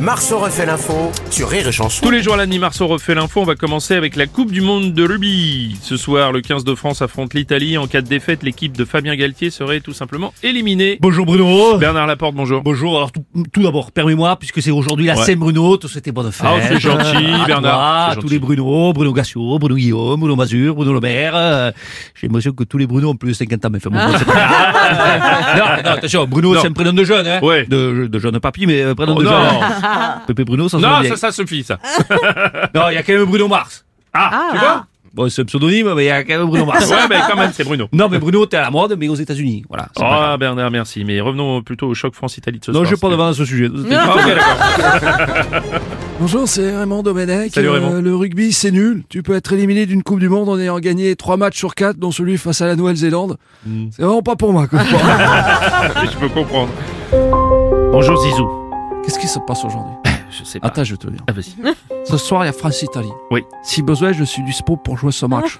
Marceau refait l'info sur Rire et Chanson. Tous les jours à la nuit, Marceau refait l'info. On va commencer avec la Coupe du Monde de rugby. Ce soir, le 15 de France affronte l'Italie. En cas de défaite, l'équipe de Fabien Galtier serait tout simplement éliminée. Bonjour Bruno. Bernard Laporte, bonjour. Ben, Bonjour. Alors tout, tout d'abord, permets-moi, puisque c'est aujourd'hui la Ouais. Saint Bruno, te souhaiter bonne fête. Ah, c'est gentil, Euh, à Bernard, toi, c'est tous gentil. les Bruno, Bruno Gassio, Bruno Guillaume, Bruno Mazur, Bruno Le Maire. euh, J'ai l'impression que tous les Bruno ont plus de 50 ans, mais enfin, bon, c'est pas grave. non, non, attention, Bruno, Non. c'est un prénom de jeune, hein. Ouais. De, de jeune papy, mais euh, prénom Oh, de non, jeune. Pépé Bruno, ça se voit non, bien. ça, ça suffit, ça. Non, il y a quand même Bruno Mars. Ah, tu vois Bon, c'est un pseudonyme, mais il y a quand même Bruno Mars. Ouais, mais quand même, c'est Bruno. Non, mais Bruno, t'es à la mode, mais aux États-Unis. Voilà. c'est pas grave. Ah, Bernard, merci. Mais revenons plutôt au choc France-Italie de ce Non, soir. je vais pas c'est- devant ce sujet. Ah, ok, d'accord. Bonjour, c'est Raymond Domenech. Euh, Salut, Euh, Raymond. le rugby, c'est nul. Tu peux être éliminé d'une Coupe du Monde en ayant gagné 3 matchs sur 4, dont celui face à la Nouvelle-Zélande. Mm. C'est vraiment pas pour moi. quoi. Je peux comprendre. Bonjour Zizou. Qu'est-ce qui se passe aujourd'hui Je sais pas. Attends, je vais te le dire. Ah, vas-y. Ce soir, il y a France-Italie. Oui. Si besoin, je suis dispo pour jouer ce match.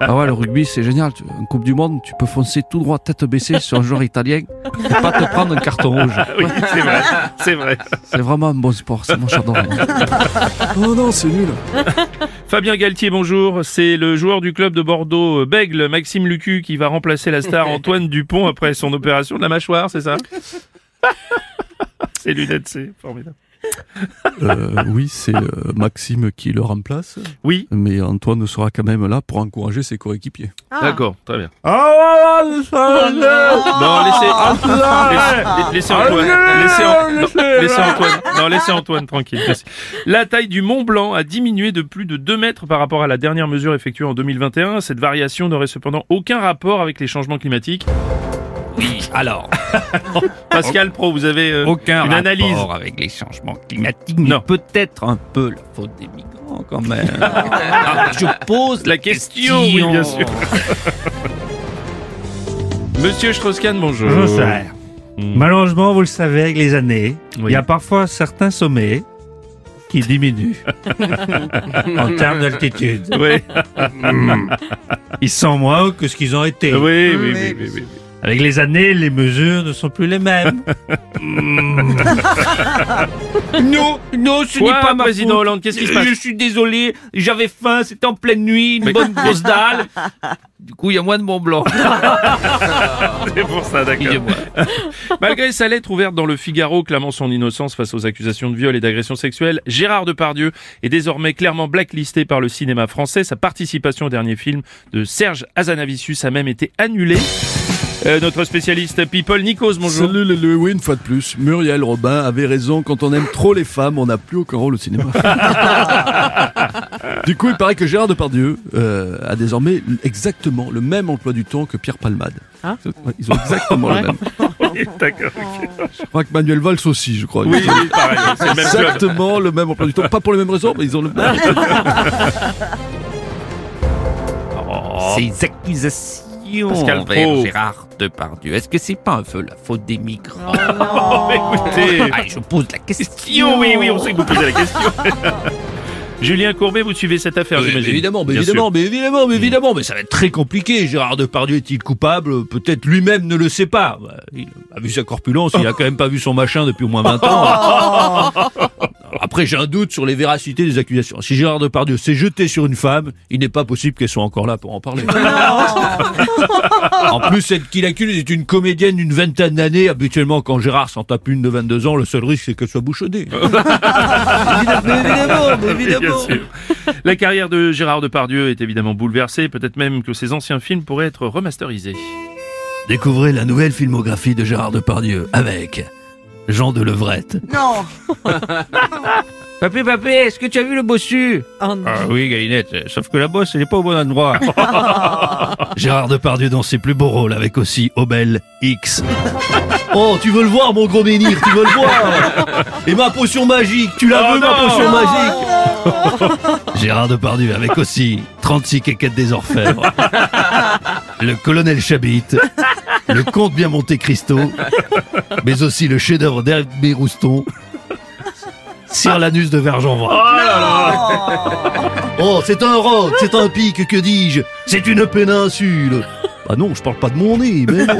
ah ouais, le rugby, c'est génial. Tu- En Coupe du Monde, tu peux foncer tout droit, tête baissée sur un joueur italien et pas te prendre un carton rouge. Ah oui, c'est vrai. C'est vrai. C'est vraiment un bon sport. C'est mon j'adore. oh non, c'est nul. Fabien Galtier, bonjour. C'est le joueur du club de Bordeaux, euh, Bègle, Maxime Lucu, qui va remplacer la star Antoine Dupont après son opération de la mâchoire, c'est ça C'est lunettes, c'est formidable. Euh, oui, c'est euh, Maxime qui le remplace, Oui, mais Antoine sera quand même là pour encourager ses coéquipiers. d'accord, très bien. Ah Oh Non, laissez, Ah, laissez, laissez Antoine. Laissez, An- Oh non, laissez Antoine. Non, laissez Antoine tranquille. Laissez- La taille du Mont Blanc a diminué de plus de 2 mètres par rapport à la dernière mesure effectuée en 2021. Cette variation n'aurait cependant aucun rapport avec les changements climatiques. Alors, Pascal Pro, vous avez euh, aucun une rapport analyse. avec les changements climatiques, mais Non. peut-être un peu la faute des migrants quand même. Alors, je pose La question, oui, bien sûr. Monsieur Strauss-Kahn, bonjour. Bonjour, Sarah. Mm. Malheureusement, vous le savez, avec les années, il Oui. y a parfois certains sommets qui diminuent en termes d'altitude. Hmm. Oui, Ils sont moins hauts que ce qu'ils ont été. oui, oui, oui, oui, oui, oui. Avec les années, les mesures ne sont plus les mêmes. Hmm. Non, non, ce n'est Quoi, pas ma président faute. Hollande, qu'est-ce qui se passe Je suis désolé, j'avais faim, c'était en pleine nuit, une Mais- bonne grosse dalle. Du coup, il y a moins de Mont Blanc. C'est pour ça, d'accord. Excusez-moi. Malgré sa lettre ouverte dans le Figaro clamant son innocence face aux accusations de viol et d'agression sexuelle, Gérard Depardieu est désormais clairement blacklisté par le cinéma français. Sa participation au dernier film de Serge Azanavicius a même été annulée. Euh, notre spécialiste people, Nikos, bonjour. Salut les Louis, oui, une fois de plus. Muriel Robin avait raison, quand on aime trop les femmes, on n'a plus aucun rôle au cinéma. du coup, il paraît que Gérard Depardieu euh, a désormais exactement le même emploi du temps que Pierre Palmade. Ouais, Ils ont exactement le même. Hein Oui, d'accord. Je crois que Manuel Valls aussi, je crois. Oui, oui, pareil, c'est le même club. Exactement le même emploi du temps. Pas pour les mêmes raisons, mais ils ont le même. Oh. Ces accusations Pascal envers Pro. Gérard Depardieu, est-ce que c'est pas un peu la faute des migrants Écoutez, Ah, Je pose la question. question, oui, oui, on sait que vous posez la question. Julien Courbet, vous suivez cette affaire, Oui, mais j'imagine. évidemment, Bien mais évidemment, mais évidemment, mais ça va être très compliqué. Gérard Depardieu est-il coupable Peut-être lui-même ne le sait pas. Bah, Il a vu sa corpulence, il a quand même pas vu son machin depuis au moins 20 ans. Après, j'ai un doute sur les véracités des accusations. Si Gérard Depardieu s'est jeté sur une femme, il n'est pas possible qu'elle soit encore là pour en parler. en plus, celle qui l'accuse est une comédienne d'une vingtaine d'années. Habituellement, quand Gérard s'en tape une de 22 ans, le seul risque, c'est qu'elle soit bouchonnée. évidemment, mais Oui, bien sûr. La carrière de Gérard Depardieu est évidemment bouleversée, peut-être même que ses anciens films pourraient être remasterisés. Découvrez la nouvelle filmographie de Gérard Depardieu avec Jean de Levrette. Non Papé, papé, est-ce que tu as vu le bossu Ah oui, Gaïnette, euh, sauf que la bosse, elle n'est pas au bon endroit. Gérard Depardieu dans ses plus beaux rôles avec aussi Obel X. Oh, tu veux le voir, mon gros menhir, tu veux le voir Et ma potion magique, tu la Oh veux, ma non potion magique Gérard Depardieu avec aussi 36 quéquettes des orfèvres. Le colonel Chabit, le comte bien Monte Cristo, mais aussi le chef-d'œuvre d'Hervé Rouston, Sir l'anus de Vergenvois. Oh là là Oh, c'est un roc, c'est un pic, que dis-je C'est une péninsule Bah non, je parle pas de mon nez, mais non.